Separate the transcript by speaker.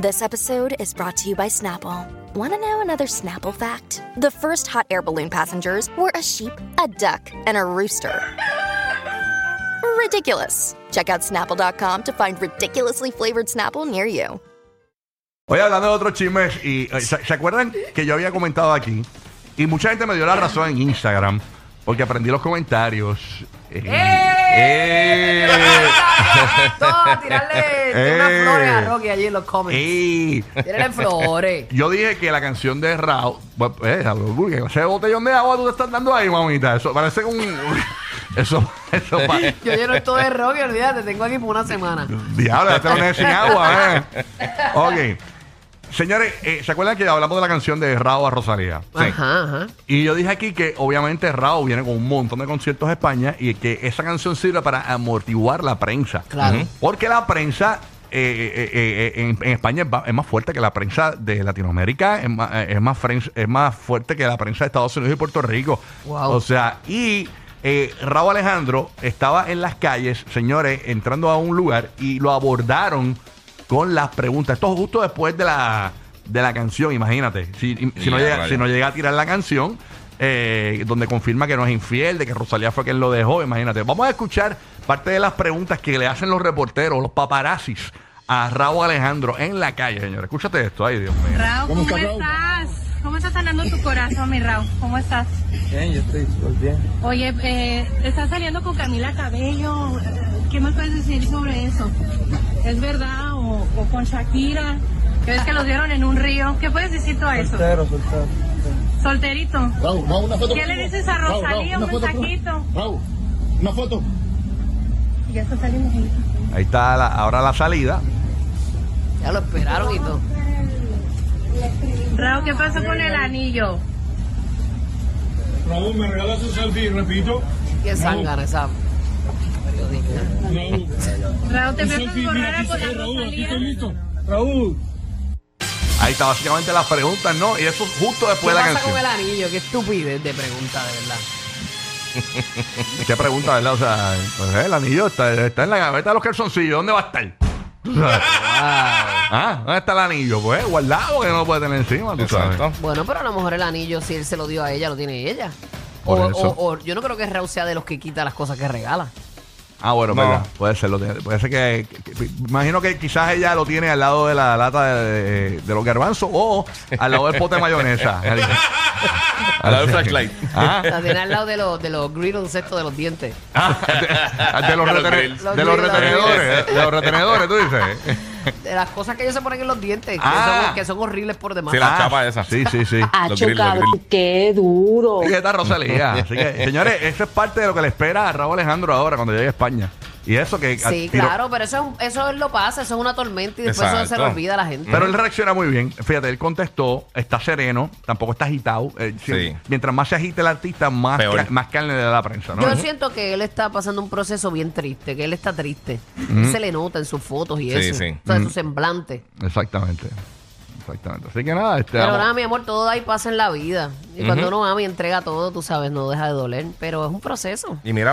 Speaker 1: This episode is brought to you by Snapple. Want to know another Snapple fact? The first hot air balloon passengers were a sheep, a duck, and a rooster. Ridiculous. Check out snapple.com to find ridiculously flavored Snapple near you.
Speaker 2: Oye, hablando de otros chismes, y, eh, ¿se, se acuerdan que yo había comentado aquí? Y mucha gente me dio la razón en Instagram, porque aprendí los comentarios. Eh,
Speaker 3: ¡Eh! Todo, tirarle unas
Speaker 2: ¡Eh!
Speaker 3: flores a Rocky allí en los comments.
Speaker 2: eh.
Speaker 3: Tirarle flores.
Speaker 2: Yo dije que la canción de Raúl, bueno, eh, Raúl Burger, ese botellón de agua tú te estás dando ahí, mamita. Eso parece un. Eso, eso pa-
Speaker 3: Yo lleno esto de Rocky, olvídate, tengo aquí por una semana.
Speaker 2: Diablo, ya te lo pones sin agua, ¿eh? Ok. Señores, eh, ¿se acuerdan que hablamos de la canción de Raúl a Rosalía?
Speaker 3: Ajá, ajá.
Speaker 2: Y yo dije aquí que obviamente Rao viene con un montón de conciertos a España y que esa canción sirve para amortiguar la prensa.
Speaker 3: Claro.
Speaker 2: Porque la prensa eh, eh, eh, eh, en, en España es, va- es más fuerte que la prensa de Latinoamérica, es más, eh, es, más fren- es más fuerte que la prensa de Estados Unidos y Puerto Rico.
Speaker 3: Wow.
Speaker 2: O sea, y eh, Raúl Alejandro estaba en las calles, señores, entrando a un lugar y lo abordaron con las preguntas. Esto justo después de la, de la canción, imagínate. Si, si no
Speaker 4: Ya,
Speaker 2: llega,
Speaker 4: vale.
Speaker 2: si no llega a tirar la canción, eh, donde confirma que no es infiel, de que Rosalía fue quien lo dejó, imagínate. Vamos a escuchar parte de las preguntas que le hacen los reporteros, los paparazzis, a Raúl Alejandro en la calle, señores. Escúchate esto, ay Dios mío.
Speaker 5: Raúl,
Speaker 6: ¿Cómo
Speaker 5: ¿cómo,
Speaker 6: está, Raúl?
Speaker 5: estás? ¿Cómo está sanando tu corazón, mi Raúl? ¿Cómo estás?
Speaker 6: Bien, yo estoy súper bien.
Speaker 5: Oye, eh, estás saliendo con Camila Cabello. ¿Qué me puedes decir sobre eso? ¿Es verdad? ¿O, o con Shakira? Que ves que los vieron en un río. ¿Qué puedes decir tú a eso?
Speaker 6: Soltero, soltero.
Speaker 5: Solterito.
Speaker 6: Raúl, Raúl, una foto.
Speaker 5: ¿Qué le dices a
Speaker 6: Raúl, Raúl,
Speaker 5: Rosalía? Un
Speaker 6: una foto,
Speaker 5: mensajito.
Speaker 6: Raúl, una foto.
Speaker 5: Ya está saliendo. solito.
Speaker 2: Ahí está la- ahora la salida.
Speaker 3: Ya lo esperaron y todo.
Speaker 5: Raúl, ¿qué pasó con el anillo?
Speaker 6: Raúl, me regalas un selfie, repito.
Speaker 2: Eh.
Speaker 3: Qué zángana esa periodista.
Speaker 6: Raúl,
Speaker 5: Raúl, te
Speaker 6: un
Speaker 5: veo
Speaker 6: selfie,
Speaker 5: con
Speaker 6: mira,
Speaker 5: rara
Speaker 6: aquí
Speaker 5: con la
Speaker 6: estoy, Raúl, aquí estoy
Speaker 5: Rosalía.
Speaker 6: listo. Raúl.
Speaker 2: Ahí está básicamente las preguntas, ¿no? Y eso justo
Speaker 3: ¿Qué
Speaker 2: después de la
Speaker 3: pasa con
Speaker 2: canción.
Speaker 3: el anillo? Qué estupidez de pregunta, de verdad.
Speaker 2: Qué pregunta, ¿verdad? O sea, pues, el anillo está, está en la gaveta de los calzoncillos. ¿Dónde va a estar? Tú sabes. Ah, ¿dónde está el anillo? Pues guardado que no lo puede tener encima, tú sabes.
Speaker 4: Exacto.
Speaker 3: Bueno, pero a lo mejor el anillo, si él se lo dio a ella, lo tiene ella. O,
Speaker 2: Por eso.
Speaker 3: o- o- yo no creo que Raúl sea de los que quita las cosas que regala.
Speaker 2: Ah, bueno,
Speaker 4: No.
Speaker 2: verdad. Puede ser, lo tiene- puede ser que, que- que- Imagino que quizás ella lo tiene al lado de la lata de, de los garbanzos o al lado del pote de mayonesa.
Speaker 4: Al lado del flashlight.
Speaker 2: Ah,
Speaker 3: La tiene al lado de los, de los griddles estos de los dientes.
Speaker 2: ah, de, de los,
Speaker 4: Los
Speaker 2: retene-
Speaker 4: grills.
Speaker 2: de los
Speaker 3: Los grills.
Speaker 2: retenedores. De los retenedores, tú dices.
Speaker 3: De las cosas que ellos se ponen en los dientes, que
Speaker 2: Ah.
Speaker 3: son- que son horribles por demás. Ah,
Speaker 4: Sí, la chapa esa.
Speaker 2: Sí, sí, sí.
Speaker 4: Los grill, los grill.
Speaker 7: qué duro.
Speaker 2: Así que está Rosalía. Así que, señores, eso es parte de lo que le espera a Raúl Alejandro ahora cuando llegue a España. Y eso que. a-
Speaker 3: Sí,
Speaker 2: tiro-
Speaker 3: claro, pero eso, es un- eso es lo pasa, eso es una tormenta y después eso se
Speaker 4: Exacto.
Speaker 3: le olvida a la gente.
Speaker 2: Pero él reacciona muy bien. Fíjate, él contestó, está sereno, tampoco está agitado. Eh, si-
Speaker 4: Sí.
Speaker 2: Mientras más se agite el artista, más,
Speaker 4: Peor.
Speaker 2: ca- más carne le da la prensa, ¿no?
Speaker 3: Yo siento que él está pasando un proceso bien triste, que él está triste.
Speaker 2: Mm.
Speaker 3: Se le nota en sus fotos y
Speaker 4: Sí,
Speaker 3: eso.
Speaker 4: sí.
Speaker 3: O sea, su semblante.
Speaker 2: Exactamente. Exactamente. Así que nada, este.
Speaker 3: Pero
Speaker 2: vamos-
Speaker 3: nada, mi amor, todo ahí pasa en la vida. Y cuando uno ama y entrega todo, tú sabes, no deja de doler. Pero es un proceso.
Speaker 4: Y mira,